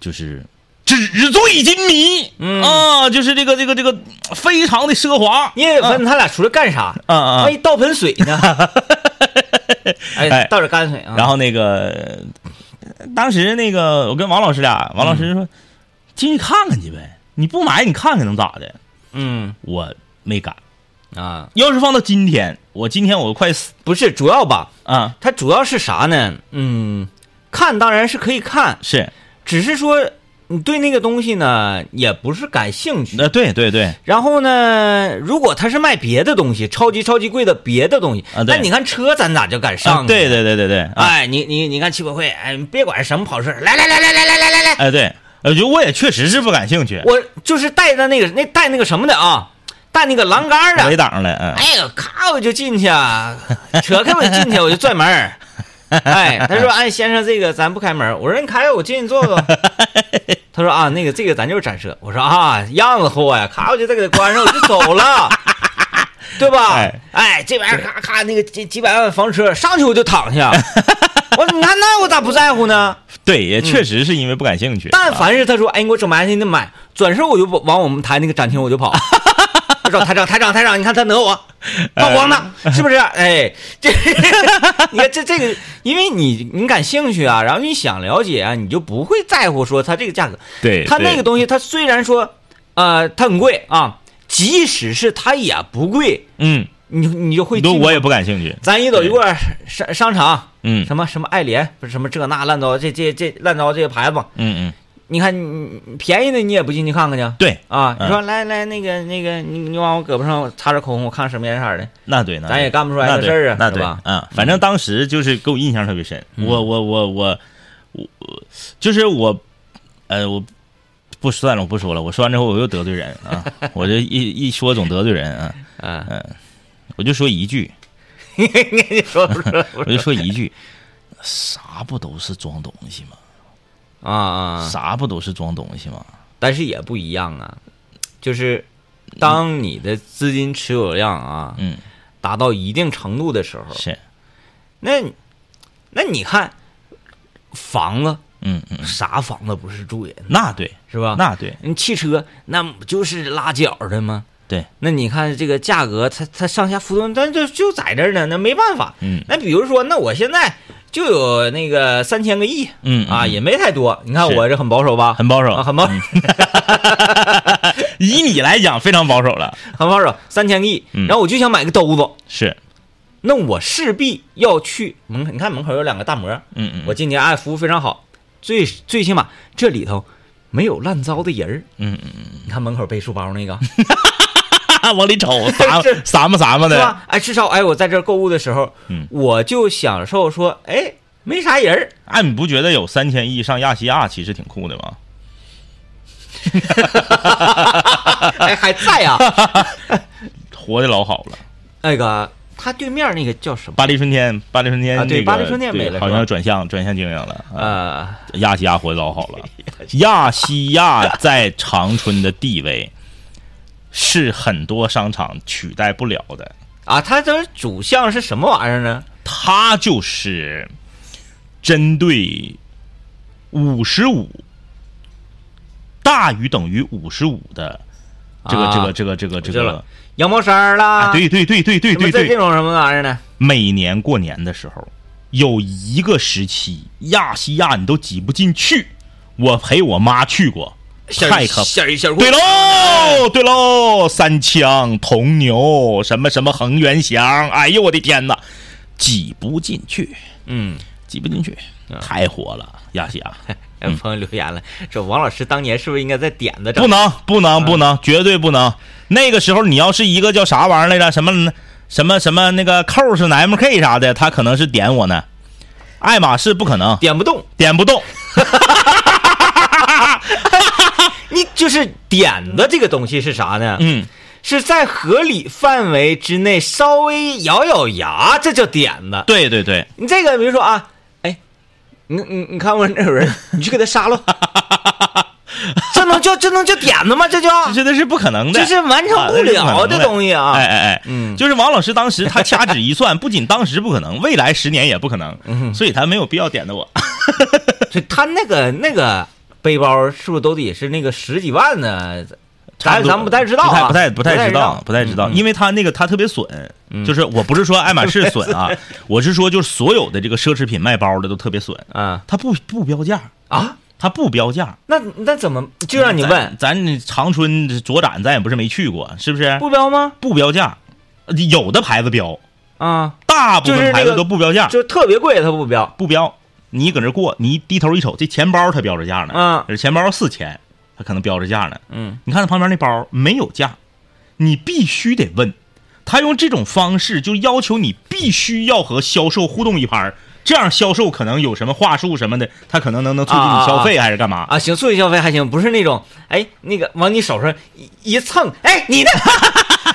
[SPEAKER 1] 就是纸醉金迷、啊，就是这个这个这个非常的奢华。
[SPEAKER 3] 聂伟芬他俩出来干啥？
[SPEAKER 1] 啊啊
[SPEAKER 3] 万一倒盆水呢？哎
[SPEAKER 1] 哎，
[SPEAKER 3] 倒点泔水啊。
[SPEAKER 1] 然后那个当时那个我跟王老师俩，王老师说、进去看看去呗，你不买你看看能咋的？
[SPEAKER 3] 嗯
[SPEAKER 1] 我没敢。
[SPEAKER 3] 啊，
[SPEAKER 1] 要是放到今天，我今天我快死
[SPEAKER 3] 不是主要吧？
[SPEAKER 1] 啊！
[SPEAKER 3] 它主要是啥呢？嗯，看当然是可以看，
[SPEAKER 1] 是，
[SPEAKER 3] 只是说你对那个东西呢也不是感兴趣。
[SPEAKER 1] 呃，对对对，
[SPEAKER 3] 然后呢，如果他是卖别的东西，超级超级贵的别的东西，
[SPEAKER 1] 啊对
[SPEAKER 3] 那你看车咱咋就敢上、
[SPEAKER 1] 啊对，对对对对，啊，
[SPEAKER 3] 哎，你你你看汽博会，哎，你别管什么跑车，来来来来来来来来来，
[SPEAKER 1] 哎对，呃，就我也确实是不感兴趣，
[SPEAKER 3] 我就是带着那个那带那个什么的啊，带那个栏杆
[SPEAKER 1] 围
[SPEAKER 3] 的，
[SPEAKER 1] 挡了，嗯，
[SPEAKER 3] 哎呦，咔我就进去啊， 扯开我进去我就拽门儿。 哎，他说：“哎，先生，这个咱不开门。”我说：“你开，我进去坐 坐。”他说：“啊，那个这个咱就是展示。”我说：“啊，样子货呀，咔，我就再给他关上，我就走 了，对吧？哎
[SPEAKER 1] 哎
[SPEAKER 3] 这玩意儿咔咔，那个几几百万房车上去我就躺 下。我说你看那我咋不在乎呢？
[SPEAKER 1] 对，也确实是因为不感兴趣。
[SPEAKER 3] 嗯但
[SPEAKER 1] 啊
[SPEAKER 3] 凡是他说，哎，你给我整白你得买，转身我就往我们台那个展厅我就跑。 我说台长，台长，台长，你看他讹我，曝光了， 是不是？哎，这 你看这这个，因为你你感兴趣啊，然后你想了解啊，你就不会在乎说它这个价格。
[SPEAKER 1] 对
[SPEAKER 3] 它那
[SPEAKER 1] 对
[SPEAKER 3] 个东西，它虽然说，呃，它很贵啊，即使是它也不贵，
[SPEAKER 1] 嗯，
[SPEAKER 3] 你你就会
[SPEAKER 1] 都
[SPEAKER 3] 进
[SPEAKER 1] 我也不感兴趣，
[SPEAKER 3] 咱一走一过商商场，
[SPEAKER 1] 嗯
[SPEAKER 3] 什么什么爱莲，不是什么这那乱糟这这这乱糟这些牌子，
[SPEAKER 1] 嗯嗯，
[SPEAKER 3] 你看你你便宜的你也不进去看看去。
[SPEAKER 1] 对，
[SPEAKER 3] 啊，你
[SPEAKER 1] 嗯
[SPEAKER 3] 说来来那个那个，你你往我胳膊上擦点口红，我看什么颜色的，
[SPEAKER 1] 那对，那
[SPEAKER 3] 咱
[SPEAKER 1] 对
[SPEAKER 3] 也干不出来
[SPEAKER 1] 那
[SPEAKER 3] 这
[SPEAKER 1] 对
[SPEAKER 3] 事儿啊，
[SPEAKER 1] 那
[SPEAKER 3] 是
[SPEAKER 1] 对
[SPEAKER 3] 吧？
[SPEAKER 1] 啊，反正当时就是给我印象特别深，我我我我我，就是我，呃，我不算了，我不说了，我说完之后我又得罪人啊，我这一一说总得罪 人啊，
[SPEAKER 3] 嗯，
[SPEAKER 1] 我就说一句，
[SPEAKER 3] 你说不是
[SPEAKER 1] 我就说一句，啥不都是装东西吗？
[SPEAKER 3] 啊啊，
[SPEAKER 1] 啥不都是装东西吗？
[SPEAKER 3] 但是也不一样啊，就是当你的资金持有量啊
[SPEAKER 1] 嗯，
[SPEAKER 3] 达到一定程度的时候，
[SPEAKER 1] 是，
[SPEAKER 3] 那那你看房子
[SPEAKER 1] 嗯嗯，
[SPEAKER 3] 啥房子不是住人的
[SPEAKER 1] 那对，
[SPEAKER 3] 是吧？
[SPEAKER 1] 那对，
[SPEAKER 3] 你汽车那不就是拉脚的吗？
[SPEAKER 1] 对，
[SPEAKER 3] 那你看这个价格，它它上下浮动，但就就在这儿呢，那没办法。
[SPEAKER 1] 嗯
[SPEAKER 3] 那比如说，那我现在就有那个三千个亿，
[SPEAKER 1] 嗯
[SPEAKER 3] 啊，
[SPEAKER 1] 嗯
[SPEAKER 3] 也没太多。你看
[SPEAKER 1] 是
[SPEAKER 3] 我这很保守吧？
[SPEAKER 1] 很保守嗯
[SPEAKER 3] 啊，很保
[SPEAKER 1] 以你来讲非常保守了，
[SPEAKER 3] 很保守，三千个亿。
[SPEAKER 1] 嗯
[SPEAKER 3] 然后我就想买个兜子，
[SPEAKER 1] 是，
[SPEAKER 3] 那我势必要去门口，你看门口有两个大模，
[SPEAKER 1] 嗯嗯，
[SPEAKER 3] 我进去哎，服务非常好，最最起码这里头没有烂糟的人儿。
[SPEAKER 1] 嗯 嗯
[SPEAKER 3] 你看门口背书包 那个。
[SPEAKER 1] 嗯，往里瞅， 撒撒嘛撒 嘛
[SPEAKER 3] 是
[SPEAKER 1] 的，
[SPEAKER 3] 吧？哎，至少哎，我在这儿购物的时候，
[SPEAKER 1] 嗯
[SPEAKER 3] 我就享受说，哎，没啥人儿，
[SPEAKER 1] 哎，你不觉得有三千亿上亚细亚其实挺酷的吗？
[SPEAKER 3] 哎，还在啊。 啊
[SPEAKER 1] 活的老好了，
[SPEAKER 3] 那个他对面那个叫什么？
[SPEAKER 1] 巴黎春天，巴黎春天、
[SPEAKER 3] 啊对
[SPEAKER 1] 那个
[SPEAKER 3] 巴黎春天没
[SPEAKER 1] 对
[SPEAKER 3] 了是吧
[SPEAKER 1] 好像转向转向经营了。
[SPEAKER 3] 呃，
[SPEAKER 1] 亚细亚活得老好了，亚细亚在长春的地位是很多商场取代不了的，
[SPEAKER 3] 啊，他这主项是什么玩意儿呢？
[SPEAKER 1] 它就是针对五十五大于等于五十五的这个、
[SPEAKER 3] 啊
[SPEAKER 1] 这个这个这个
[SPEAKER 3] 我
[SPEAKER 1] 这
[SPEAKER 3] 知道
[SPEAKER 1] 个
[SPEAKER 3] 了，羊毛衫儿啦，
[SPEAKER 1] 啊，对对对对对
[SPEAKER 3] 什么
[SPEAKER 1] 对
[SPEAKER 3] 这这
[SPEAKER 1] 对，
[SPEAKER 3] 种什么玩意儿呢？
[SPEAKER 1] 每年过年的时候有一个时期，亚细亚你都挤不进去，我陪我妈去过，
[SPEAKER 3] 小
[SPEAKER 1] 太可
[SPEAKER 3] 小小
[SPEAKER 1] 对喽，对喽，三枪、铜牛，什么什么恒源祥，哎呦我的天哪，挤不进去，
[SPEAKER 3] 嗯，
[SPEAKER 1] 挤不进去，太火了，亚细亚，
[SPEAKER 3] 有哎朋友留言了，说王老师当年是不是应该在点子
[SPEAKER 1] 不
[SPEAKER 3] 整？
[SPEAKER 1] 能，不能，不
[SPEAKER 3] 嗯
[SPEAKER 1] 能，绝对不能。那个时候你要是一个叫啥玩意儿来着，什么什么什么那个扣是 M K 啥的，他可能是点我呢，爱马仕不可能
[SPEAKER 3] 点不动，
[SPEAKER 1] 点不动，
[SPEAKER 3] 你就是点子这个东西是啥呢？
[SPEAKER 1] 嗯，
[SPEAKER 3] 是在合理范围之内稍微咬咬牙，这叫点子。
[SPEAKER 1] 对对对，
[SPEAKER 3] 你这个比如说啊，哎，你你你看过那有人，你去给他杀 了，这能叫这能叫点子吗？这叫
[SPEAKER 1] 这这是不可能的，
[SPEAKER 3] 这是完成不了的东西啊！
[SPEAKER 1] 哎哎哎，
[SPEAKER 3] 嗯
[SPEAKER 1] 就是王老师当时他掐指一算，不仅当时不可能，未来十年也不可
[SPEAKER 3] 嗯
[SPEAKER 1] 能，所以他没有必要点的我。
[SPEAKER 3] 就他那个那个背包是不是都得是那个十几万呢？
[SPEAKER 1] 差
[SPEAKER 3] 咱
[SPEAKER 1] 不多
[SPEAKER 3] 咱不太知道啊，
[SPEAKER 1] 不太不太不太知道，不太知道，
[SPEAKER 3] 嗯
[SPEAKER 1] 因为他那个他特别损，就是我不是说爱 马仕损啊，我是说就是所有的这个奢侈品卖包的都特别损，
[SPEAKER 3] 啊
[SPEAKER 1] 他不不标价，
[SPEAKER 3] 啊，
[SPEAKER 1] 他不标价。
[SPEAKER 3] 那那怎么就让你
[SPEAKER 1] 咱
[SPEAKER 3] 问
[SPEAKER 1] 咱长春左展咱也不是没去过，是不是？
[SPEAKER 3] 不标吗？
[SPEAKER 1] 不标价，有的牌子标，
[SPEAKER 3] 啊，
[SPEAKER 1] 大部
[SPEAKER 3] 就是
[SPEAKER 1] 分
[SPEAKER 3] 那
[SPEAKER 1] 牌
[SPEAKER 3] 个
[SPEAKER 1] 子都不标价。
[SPEAKER 3] 就特别贵他不标
[SPEAKER 1] 不标，你搁那过，你一低头一瞅，这钱包它标着价呢，
[SPEAKER 3] 嗯
[SPEAKER 1] 这钱包四千，它可能标着价呢，
[SPEAKER 3] 嗯，
[SPEAKER 1] 你看它旁边那包没有价，你必须得问，他用这种方式就要求你必须要和销售互动一盘儿这样销售可能有什么话术什么的，他可能能能促进
[SPEAKER 3] 啊啊
[SPEAKER 1] 你
[SPEAKER 3] 啊
[SPEAKER 1] 消费还是干嘛？
[SPEAKER 3] 啊，行，促进消费还行，不是那种哎那个往你手上一一蹭，哎你的。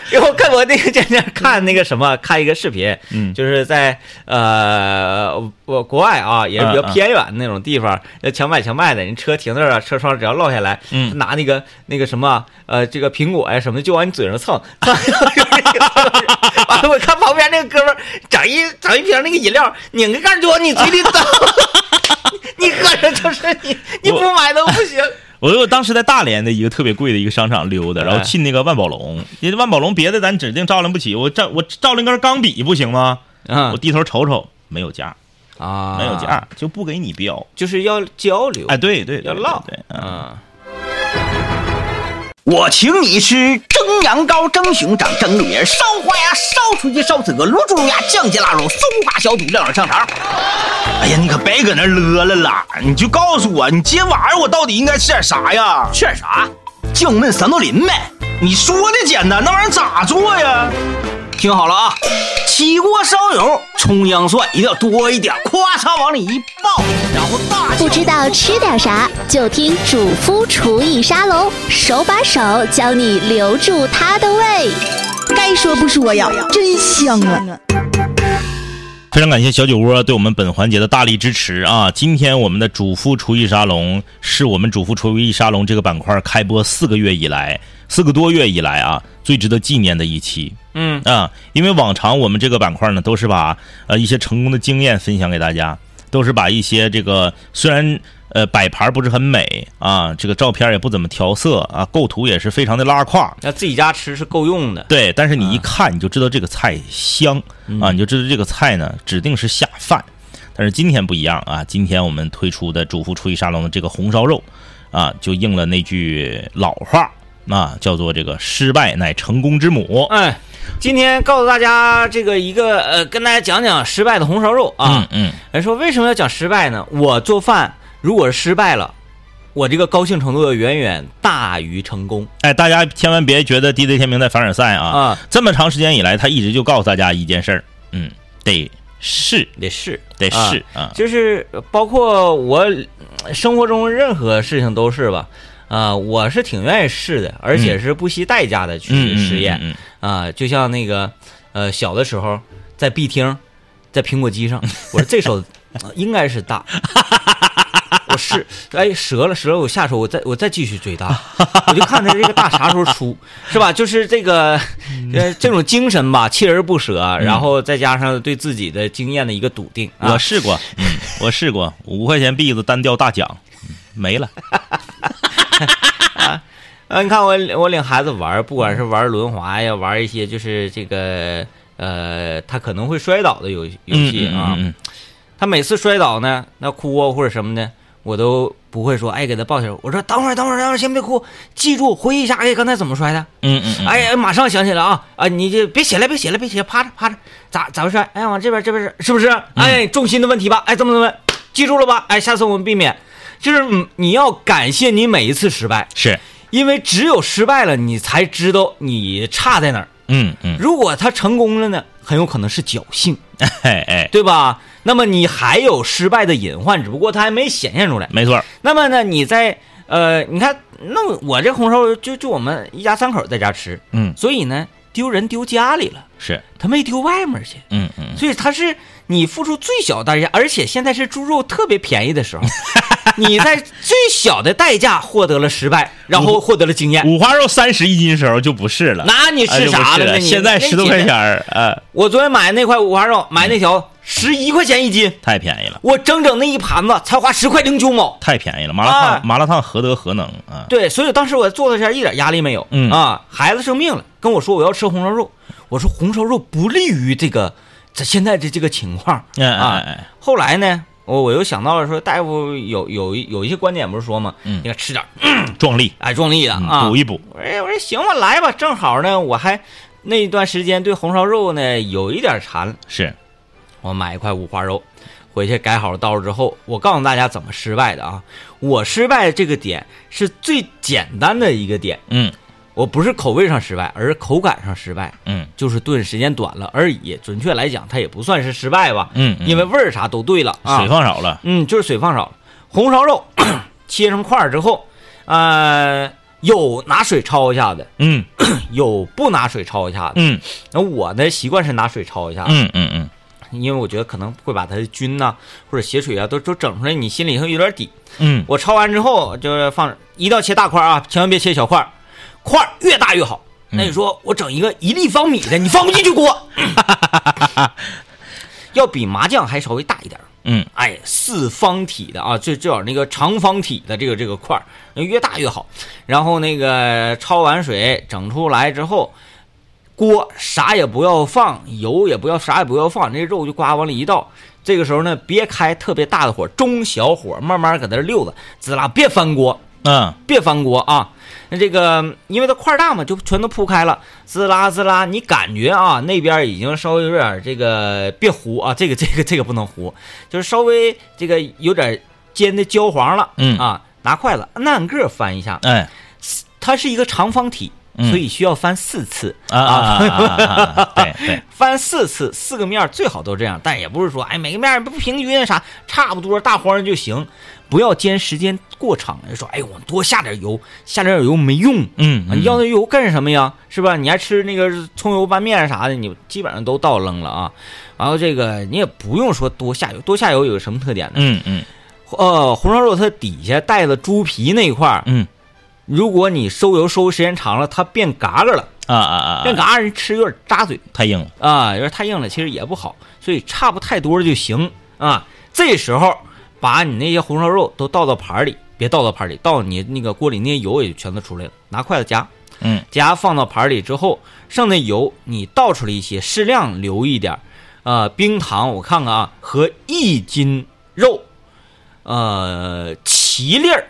[SPEAKER 3] 然后看我那个前天看那个什么，看一个视频，
[SPEAKER 1] 嗯
[SPEAKER 3] 就是在呃我国外啊，也是比较
[SPEAKER 1] 嗯嗯
[SPEAKER 3] 偏远的那种地方，呃强买强卖的，人车停那儿啊，车窗只要落下来，
[SPEAKER 1] 嗯
[SPEAKER 3] 他拿那个那个什么呃这个苹果呀、什么的，就往你嘴上 蹭，蹭完了我看旁边那个哥们儿整一整一瓶那个饮料，拧个盖儿就往你嘴 里倒，你喝着就是你你不买都不行，
[SPEAKER 1] 我我当时在大连的一个特别贵的一个商场溜达，然后进那个万宝龙，因为万宝龙别的咱指定照亮不起，我照我照亮根钢笔不行吗？
[SPEAKER 3] 啊
[SPEAKER 1] 我低头瞅瞅，没有价，
[SPEAKER 3] 啊
[SPEAKER 1] 没有价，就不给你标。
[SPEAKER 3] 就是要交流，
[SPEAKER 1] 哎，对对，对
[SPEAKER 3] 要唠
[SPEAKER 1] 对，对嗯，
[SPEAKER 3] 啊，
[SPEAKER 2] 我请你吃蒸羊羔、蒸熊掌、蒸鹿眼、烧花鸭、烧雏鸡、烧子鹅、卤猪卤鸭、酱鸡腊肉、松花小肚、晾肉香肠。
[SPEAKER 6] 哎呀，你可别搁那乐了啦！你就告诉我，你今天晚上我到底应该吃点啥呀？
[SPEAKER 2] 吃点啥？
[SPEAKER 6] 酱焖三豆林呗。你说的简单，那玩意儿咋做呀？
[SPEAKER 2] 听好了啊，起锅烧油，葱姜蒜一定要多一点，咵嚓往里一爆，然后大
[SPEAKER 11] 不知道吃点啥，就听主夫厨艺沙龙，手把手教你留住他的胃。
[SPEAKER 12] 该说不说哎呀，真香啊！
[SPEAKER 1] 非常感谢小酒窝对我们本环节的大力支持啊！今天我们的主妇厨艺沙龙是我们主妇厨艺沙龙这个板块开播四个月以来，四个多月以来啊，最值得纪念的一期。
[SPEAKER 3] 嗯
[SPEAKER 1] 啊，因为往常我们这个板块呢，都是把呃一些成功的经验分享给大家，都是把一些这个虽然呃摆盘不是很美啊，这个照片也不怎么调色啊，构图也是非常的拉胯，
[SPEAKER 3] 那自己家吃是够用的，
[SPEAKER 1] 对，但是你一看你就知道这个菜香
[SPEAKER 3] 嗯
[SPEAKER 1] 啊，你就知道这个菜呢指定是下饭。但是今天不一样啊，今天我们推出的主妇厨艺沙龙的这个红烧肉啊，就应了那句老话啊，叫做这个失败乃成功之母。
[SPEAKER 3] 哎，今天告诉大家这个一个呃，跟大家讲讲失败的红烧肉啊
[SPEAKER 1] 嗯。嗯，
[SPEAKER 3] 人、说为什么要讲失败呢？我做饭如果是失败了，我这个高兴程度要远远大于成功
[SPEAKER 1] 哎，大家千万别觉得 DJ 天明在凡尔赛啊，
[SPEAKER 3] 啊。
[SPEAKER 1] 这么长时间以来，他一直就告诉大家一件事儿，嗯，得试，
[SPEAKER 3] 得试，
[SPEAKER 1] 得
[SPEAKER 3] 啊
[SPEAKER 1] 试啊，
[SPEAKER 3] 就是包括我呃生活中任何事情都是吧。啊、我是挺愿意试的，而且是不惜代价的去
[SPEAKER 1] 嗯，
[SPEAKER 3] 实验。
[SPEAKER 1] 嗯，嗯嗯
[SPEAKER 3] 啊，就像那个呃，小的时候在 B 厅，在苹果机上，我说这手呃应该是大，我是哎折了折了，我下手我再我再继续追大，我就看他这个大啥时候出，是吧？就是这个呃这种精神吧，锲而不舍，啊然后再加上对自己的经验的一个笃定，啊
[SPEAKER 1] 我试过，嗯，我试过，五块钱币子单钓大奖，嗯没了。
[SPEAKER 3] 啊，你看我我领孩子玩儿，不管是玩轮滑呀，玩一些就是这个呃，他可能会摔倒的游戏游戏啊。
[SPEAKER 1] 嗯嗯嗯
[SPEAKER 3] 他每次摔倒呢，那哭啊或者什么的，我都不会说哎给他抱起来。我说等会儿等会儿等会儿，先别哭，记住回忆一下，哎刚才怎么摔的？
[SPEAKER 1] 嗯嗯嗯
[SPEAKER 3] 哎呀，马上想起来啊啊！你这别起来，别起来，别起来，趴着趴着，咋咋回事？哎，往这边这边是是不是？哎，重心的问题吧？哎，这么这么，记住了吧？哎，下次我们避免，就是嗯你要感谢你每一次失败，
[SPEAKER 1] 是
[SPEAKER 3] 因为只有失败了，你才知道你差在哪儿。
[SPEAKER 1] 嗯嗯，
[SPEAKER 3] 如果他成功了呢，很有可能是侥幸，
[SPEAKER 1] 哎哎，
[SPEAKER 3] 对吧？那么你还有失败的隐患，只不过他还没显现出来。
[SPEAKER 1] 没错儿，
[SPEAKER 3] 那么呢，你在呃，你看，那我这红烧就就我们一家三口在家吃，
[SPEAKER 1] 嗯
[SPEAKER 3] 所以呢，丢人丢家里了，
[SPEAKER 1] 是，
[SPEAKER 3] 他没丢外面去，
[SPEAKER 1] 嗯嗯，
[SPEAKER 3] 所以他是你付出最小代价，而且现在是猪肉特别便宜的时候，你在最小的代价获得了失败，然后获得了经验。
[SPEAKER 1] 五花肉三十一斤时候就不是了，
[SPEAKER 3] 那你
[SPEAKER 1] 哎
[SPEAKER 3] 是
[SPEAKER 1] 就不
[SPEAKER 3] 啥了
[SPEAKER 1] 了？
[SPEAKER 3] 那你
[SPEAKER 1] 现在
[SPEAKER 3] 那
[SPEAKER 1] 十多
[SPEAKER 3] 你
[SPEAKER 1] 块钱儿，呃，
[SPEAKER 3] 我昨天买那块五花肉，买那条十一块钱一斤，
[SPEAKER 1] 太便宜了，
[SPEAKER 3] 我整整那一盘子才花十块零九毛。
[SPEAKER 1] 太便宜了，麻辣烫、
[SPEAKER 3] 哎
[SPEAKER 1] 麻辣烫何德何能啊？
[SPEAKER 3] 对，所以当时我坐在这儿一点压力没有。
[SPEAKER 1] 嗯
[SPEAKER 3] 啊，孩子生病了，跟我说我要吃红烧肉，我说红烧肉不利于这个这现在的这个情况
[SPEAKER 1] 哎哎
[SPEAKER 3] 啊。
[SPEAKER 1] 哎，
[SPEAKER 3] 后来呢，我我又想到了说，大夫有有一有一些观点不是说嘛，
[SPEAKER 1] 嗯
[SPEAKER 3] 应该吃点儿
[SPEAKER 1] 壮丽，
[SPEAKER 3] 哎壮丽的
[SPEAKER 1] 嗯
[SPEAKER 3] 啊，
[SPEAKER 1] 补一补，
[SPEAKER 3] 我说我说行吧，来吧，正好呢，我还那一段时间对红烧肉呢有一点馋，
[SPEAKER 1] 是，
[SPEAKER 3] 我买一块五花肉，回去改好刀之后，我告诉大家怎么失败的啊！我失败这个点是最简单的一个点，
[SPEAKER 1] 嗯
[SPEAKER 3] 我不是口味上失败，而是口感上失败，
[SPEAKER 1] 嗯
[SPEAKER 3] 就是炖时间短了而已。准确来讲，它也不算是失败吧，
[SPEAKER 1] 嗯，嗯
[SPEAKER 3] 因为味儿啥都对了啊。
[SPEAKER 1] 水放少了，
[SPEAKER 3] 嗯，就是水放少了。红烧肉 切成块儿之后，呃，有拿水焯一下的，
[SPEAKER 1] 嗯
[SPEAKER 3] 有不拿水焯一下的。
[SPEAKER 1] 嗯
[SPEAKER 3] 那我的习惯是拿水焯一下的。
[SPEAKER 1] 嗯嗯嗯
[SPEAKER 3] 因为我觉得可能会把它的菌呐、或者血水啊都都整出来，你心里头有点底。
[SPEAKER 1] 嗯，
[SPEAKER 3] 我焯完之后就是放，一定要切大块啊，千万别切小块儿，块儿越大越好。那你说我整一个一立方米的，你放不进去锅，要比麻酱还稍微大一点儿。
[SPEAKER 1] 嗯，
[SPEAKER 3] 哎，四方体的啊，最最好那个长方体的这个这个块儿，越大越好。然后那个焯完水整出来之后，锅啥也不要放，油也不要，啥也不要放，那肉就呱往里一倒。这个时候呢，别开特别大的火，中小火，慢慢搁那溜达，滋啦，别翻锅，
[SPEAKER 1] 嗯
[SPEAKER 3] 别翻锅啊！那这个，因为它块儿大嘛，就全都铺开了，滋啦滋啦，你感觉啊，那边已经稍微有点这个，别糊啊，这个这个这个不能糊，就是稍微这个有点煎的焦黄了，
[SPEAKER 1] 嗯
[SPEAKER 3] 啊，拿筷子按个儿翻一下，
[SPEAKER 1] 哎
[SPEAKER 3] 它是一个长方体，
[SPEAKER 1] 嗯
[SPEAKER 3] 所以需要翻四次
[SPEAKER 1] 啊啊啊啊啊啊，对对，
[SPEAKER 3] 翻四次，四个面儿最好都这样，但也不是说哎每个面儿不平均啊啥，差不多大黄儿就行，不要煎时间过长。就说哎我多下点油，下点油没用，
[SPEAKER 1] 嗯
[SPEAKER 3] 啊你要那油干什么呀？是吧？你还吃那个葱油拌面啥的，你基本上都倒扔了啊。然后这个你也不用说多下油，多下油有什么特点呢？
[SPEAKER 1] 嗯嗯
[SPEAKER 3] 呃，红烧肉它底下带的猪皮那一块儿，
[SPEAKER 1] 嗯
[SPEAKER 3] 如果你收油收时间长了，它变嘎嘎了，
[SPEAKER 1] 啊啊啊
[SPEAKER 3] 变
[SPEAKER 1] 啊，
[SPEAKER 3] 嘎嘎人吃有点扎嘴。
[SPEAKER 1] 太硬了，
[SPEAKER 3] 啊，有点太硬了，其实也不好，所以差不太多就行啊。这时候把你那些红烧肉都倒到盘儿里，别倒到盘儿里，倒你那个锅里那些油也全都出来了，拿筷子夹，
[SPEAKER 1] 嗯
[SPEAKER 3] 夹放到盘儿里之后，剩的油你倒出来一些，适量留一点儿。呃，冰糖我看看啊，和一斤肉，呃，七粒儿，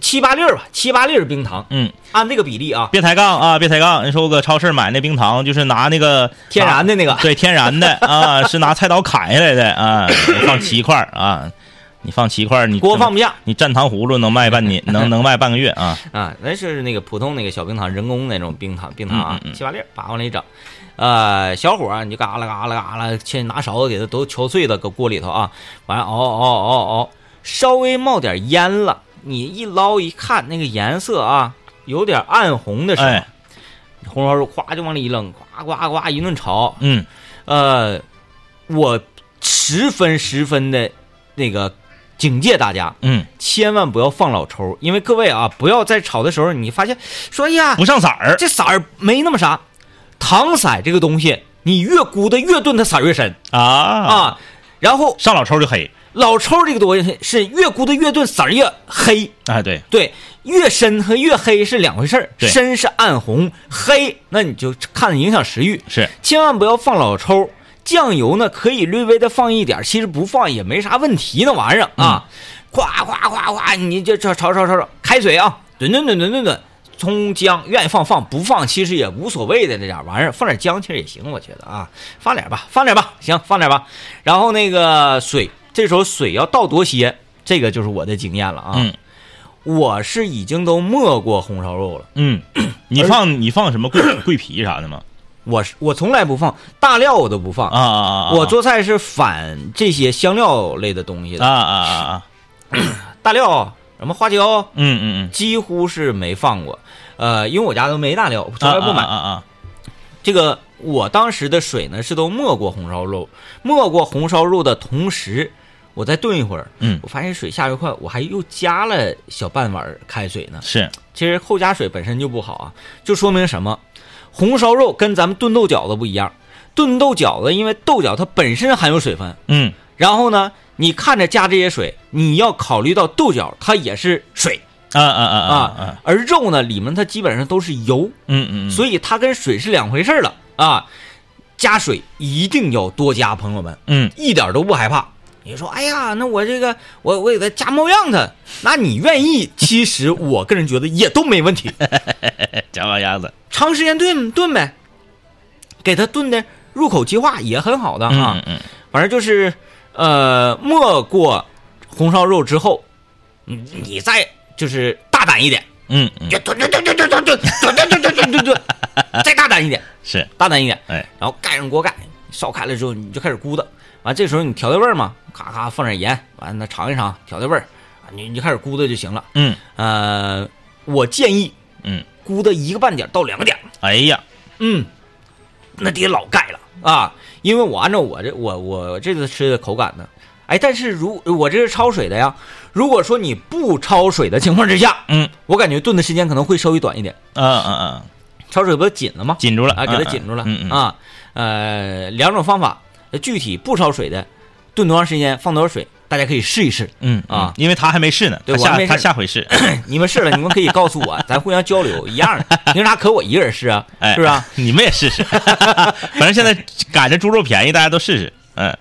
[SPEAKER 3] 七八粒儿吧，七八粒儿冰糖，
[SPEAKER 1] 嗯。
[SPEAKER 3] 按这个比例啊，
[SPEAKER 1] 别抬杠啊！别抬杠！你说我搁超市买那冰糖，就是拿那个
[SPEAKER 3] 天然的那个
[SPEAKER 1] 拿对，天 然的啊，是拿菜刀砍下来的啊，我放七块儿啊，你放七块儿，你
[SPEAKER 3] 锅放不下
[SPEAKER 1] 你蘸糖葫芦能卖 半年，能能卖半个月啊！
[SPEAKER 3] 啊，那是那个普通那个小冰糖，人工那种冰糖冰糖啊
[SPEAKER 1] 嗯嗯，嗯
[SPEAKER 3] 七八粒儿把往里整，呃，小火儿你就嘎啦嘎啦嘎啦，去拿勺子给它都敲碎了，搁锅里头啊，完了熬熬熬熬，哦稍微冒点烟了，你一捞一看那个颜色啊，有点暗红的时候，
[SPEAKER 1] 哎
[SPEAKER 3] 红烧肉咵就往里一扔，咵呱呱一顿吵。
[SPEAKER 1] 嗯，
[SPEAKER 3] 呃，我十分十分的那个警戒大家，
[SPEAKER 1] 嗯，
[SPEAKER 3] 千万不要放老抽，因为各位啊，不要在吵的时候你发现说哎呀
[SPEAKER 1] 不上色儿，
[SPEAKER 3] 这色儿没那么啥，搪塞这个东西，你越咕的越炖，它色儿越深
[SPEAKER 1] 啊
[SPEAKER 3] 啊，然后
[SPEAKER 1] 上老抽就黑，
[SPEAKER 3] 老抽这个东西是越咕的越炖，色儿越黑。
[SPEAKER 1] 哎，对，
[SPEAKER 3] 对，越深和越黑是两回事儿，
[SPEAKER 1] 对
[SPEAKER 3] 深是暗红，黑那你就看影响食欲。
[SPEAKER 1] 是，
[SPEAKER 3] 千万不要放老抽，酱油呢可以略微的放一点儿，其实不放也没啥问题，那玩意儿啊，
[SPEAKER 1] 嗯
[SPEAKER 3] 夸夸夸夸，你就炒炒炒炒炒，开水啊，炖炖炖炖炖炖。葱姜愿意放放，不放其实也无所谓的这点儿玩意儿，放点姜其实也行，我觉得啊，放点儿吧，放点儿吧，行，放点儿吧。然后那个水，这时候水要倒多些，这个就是我的经验了啊。
[SPEAKER 1] 嗯
[SPEAKER 3] 我是已经都没过红烧肉了，
[SPEAKER 1] 嗯，你放你放什么桂桂皮啥的吗？
[SPEAKER 3] 我是我从来不放大料，我都不放
[SPEAKER 1] 啊啊啊啊！
[SPEAKER 3] 我做菜是反这些香料类的东西的
[SPEAKER 1] 啊啊啊啊！
[SPEAKER 3] 大料什么花椒，
[SPEAKER 1] 嗯嗯
[SPEAKER 3] 几乎是没放过。呃，因为我家都没大料，
[SPEAKER 1] 嗯，
[SPEAKER 3] 从来不买。
[SPEAKER 1] 啊啊啊！
[SPEAKER 3] 这个我当时的水呢是都没过红烧肉，没过红烧肉的同时，我再炖一会儿，
[SPEAKER 1] 嗯
[SPEAKER 3] 我发现水下去快，我还又加了小半碗儿开水呢。
[SPEAKER 1] 是，
[SPEAKER 3] 其实后加水本身就不好啊，就说明什么？红烧肉跟咱们炖豆角子不一样，炖豆角子因为豆角它本身含有水分，
[SPEAKER 1] 嗯
[SPEAKER 3] 然后呢，你看着加这些水，你要考虑到豆角它也是水
[SPEAKER 1] 啊啊啊啊
[SPEAKER 3] 啊，而肉呢里面它基本上都是油，
[SPEAKER 1] 嗯嗯，
[SPEAKER 3] 所以它跟水是两回事儿了啊。加水一定要多加，朋友们，
[SPEAKER 1] 嗯
[SPEAKER 3] 一点都不害怕。你说，哎呀，那我这个我我给它加冒样它，那你愿意？其实我个人觉得也都没问题。
[SPEAKER 1] 加完哎鸭子，
[SPEAKER 3] 长时间炖炖呗，给它炖的入口即化也很好的啊。
[SPEAKER 1] 嗯嗯
[SPEAKER 3] 反正就是呃，没过红烧肉之后，你你再就是大胆一点，
[SPEAKER 1] 嗯嗯，
[SPEAKER 3] 就炖炖炖炖炖炖炖炖炖炖炖炖炖炖，再大胆一点，
[SPEAKER 1] 是，
[SPEAKER 3] 大胆一点，
[SPEAKER 1] 哎，
[SPEAKER 3] 然后盖上锅盖，烧开了之后你就开始咕的，完这时候你调调味儿嘛，咔咔放点盐，完了尝一尝，调调味儿，啊你你就开始咕的就行了。
[SPEAKER 1] 嗯
[SPEAKER 3] 呃，我建议
[SPEAKER 1] 嗯，
[SPEAKER 3] 咕的一个半点儿到两个点儿，
[SPEAKER 1] 哎呀，
[SPEAKER 3] 嗯，那得老盖了啊，因为我按照我这我我这次吃的口感呢，哎，但是如我这是焯水的呀，如果说你不焯水的情况之下，
[SPEAKER 1] 嗯，
[SPEAKER 3] 我感觉炖的时间可能会稍微短一点，
[SPEAKER 1] 嗯嗯嗯，
[SPEAKER 3] 焯水不紧了吗？
[SPEAKER 1] 紧住了
[SPEAKER 3] 啊，给它
[SPEAKER 1] 嗯
[SPEAKER 3] 紧住了，
[SPEAKER 1] 嗯嗯
[SPEAKER 3] 啊，呃，两种方法，呃具体不焯水的，炖多长时间，放多少水，大家可以试一试，
[SPEAKER 1] 嗯
[SPEAKER 3] 啊
[SPEAKER 1] 因为他还没试呢，
[SPEAKER 3] 对
[SPEAKER 1] 他
[SPEAKER 3] 我还没试
[SPEAKER 1] 下他下回试，
[SPEAKER 3] 你们试了，你们可以告诉我，咱互相交流一样 的，凭啥可我一个人试啊？
[SPEAKER 1] 哎，
[SPEAKER 3] 是不是啊？
[SPEAKER 1] 你们也试 试，反正现在赶着猪肉便宜，大家都试试，嗯，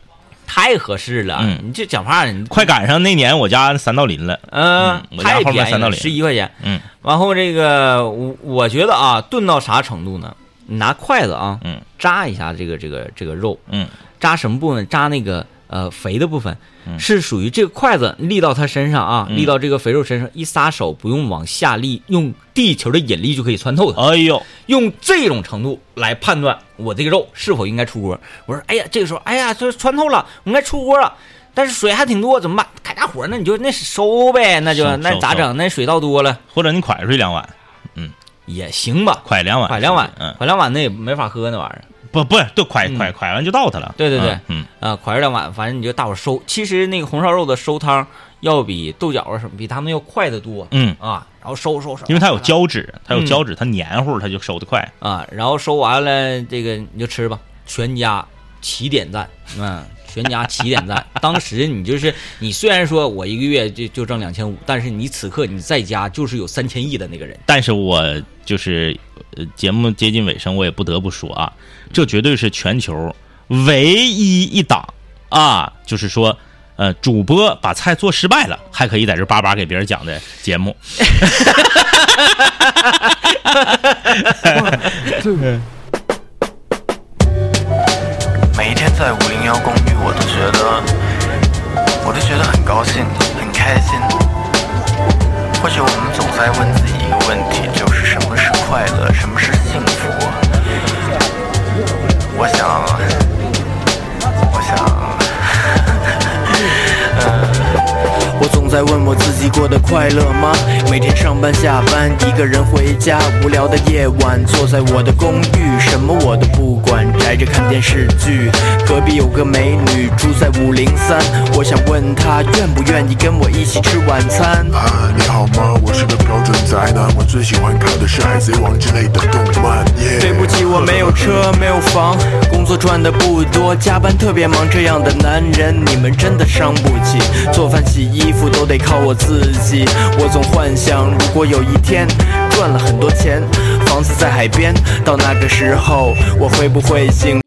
[SPEAKER 3] 太合适了，
[SPEAKER 1] 嗯
[SPEAKER 3] 你这讲话你
[SPEAKER 1] 快赶上那年我家三道林了，
[SPEAKER 3] 嗯
[SPEAKER 1] 嗯，我家
[SPEAKER 3] 太
[SPEAKER 1] 后面
[SPEAKER 3] 便宜
[SPEAKER 1] 三道
[SPEAKER 3] 了，
[SPEAKER 1] 林
[SPEAKER 3] 十一块钱。
[SPEAKER 1] 嗯
[SPEAKER 3] 然后这个我我觉得啊，炖到啥程度呢？你拿筷子啊，
[SPEAKER 1] 嗯
[SPEAKER 3] 扎一下这个这个这个肉，
[SPEAKER 1] 嗯
[SPEAKER 3] 扎什么部分？扎那个呃肥的部分，是属于这个筷子立到它身上啊，
[SPEAKER 1] 嗯
[SPEAKER 3] 立到这个肥肉身上，一撒手不用往下立，用地球的引力就可以穿透它。
[SPEAKER 1] 哎呦，
[SPEAKER 3] 用这种程度来判断我这个肉是否应该出锅。我说，哎呀，这个时候，哎呀，这穿透了，我应该出锅了，但是水还挺多，怎么办？开大火，那你就那收呗，那就
[SPEAKER 1] 收
[SPEAKER 3] 那
[SPEAKER 1] 收
[SPEAKER 3] 咋
[SPEAKER 1] 收
[SPEAKER 3] 整？那水倒多了
[SPEAKER 1] 或者你蒯出去两碗，嗯，
[SPEAKER 3] 也行吧，
[SPEAKER 1] 蒯两碗，
[SPEAKER 3] 快两碗，
[SPEAKER 1] 嗯，
[SPEAKER 3] 快两碗那也没法喝那玩意儿。
[SPEAKER 1] 不不，对，蒯蒯蒯完就到它了，
[SPEAKER 3] 嗯对对对
[SPEAKER 1] 嗯
[SPEAKER 3] 啊，快两碗，反正你就大伙收。其实那个红烧肉的收汤要比豆角啊什么，比他们要快得多。
[SPEAKER 1] 嗯，
[SPEAKER 3] 啊，然后收收收，
[SPEAKER 1] 因为它有胶质，它有
[SPEAKER 3] 嗯
[SPEAKER 1] 胶质，它黏糊，它就收的快，
[SPEAKER 3] 啊，然后收完了这个你就吃吧，全家齐点赞，嗯，全家齐点赞。 当时你就是你虽然说我一个月就就挣两千五，但是你此刻你在家就是有三千亿的那个人，
[SPEAKER 1] 但是我就是呃节目接近尾声，我也不得不说啊，这绝对是全球唯一一档啊，就是说。呃，主播把菜做失败了，还可以在这叭叭给别人讲的节目，
[SPEAKER 13] 每一天在五零幺公寓，我都觉得，我都觉得很高兴，很开心。或许我们总在问自己一个问题，就是什么是快乐，什么是幸福？我想，我想。
[SPEAKER 6] 我总
[SPEAKER 14] 在问我自己过得快乐吗？每天上班下班，一个人回家，无聊的夜晚，坐在我的公寓，什么我都不管，宅着看电视剧。隔壁有个美女住在五零三，我想问她愿不愿意跟我一起吃晚餐。
[SPEAKER 15] 啊，你好吗？我是个标准宅男，我最喜欢看的是《海贼王》之类的动漫。耶、
[SPEAKER 14] 对不起，我没有车，没有房，工作赚的不多，加班特别忙。这样的男人，你们真的伤不起。做饭、洗衣服都得靠我自己。我总幻想，如果有一天赚了很多钱，房子在海边，到那个时候，我会不会幸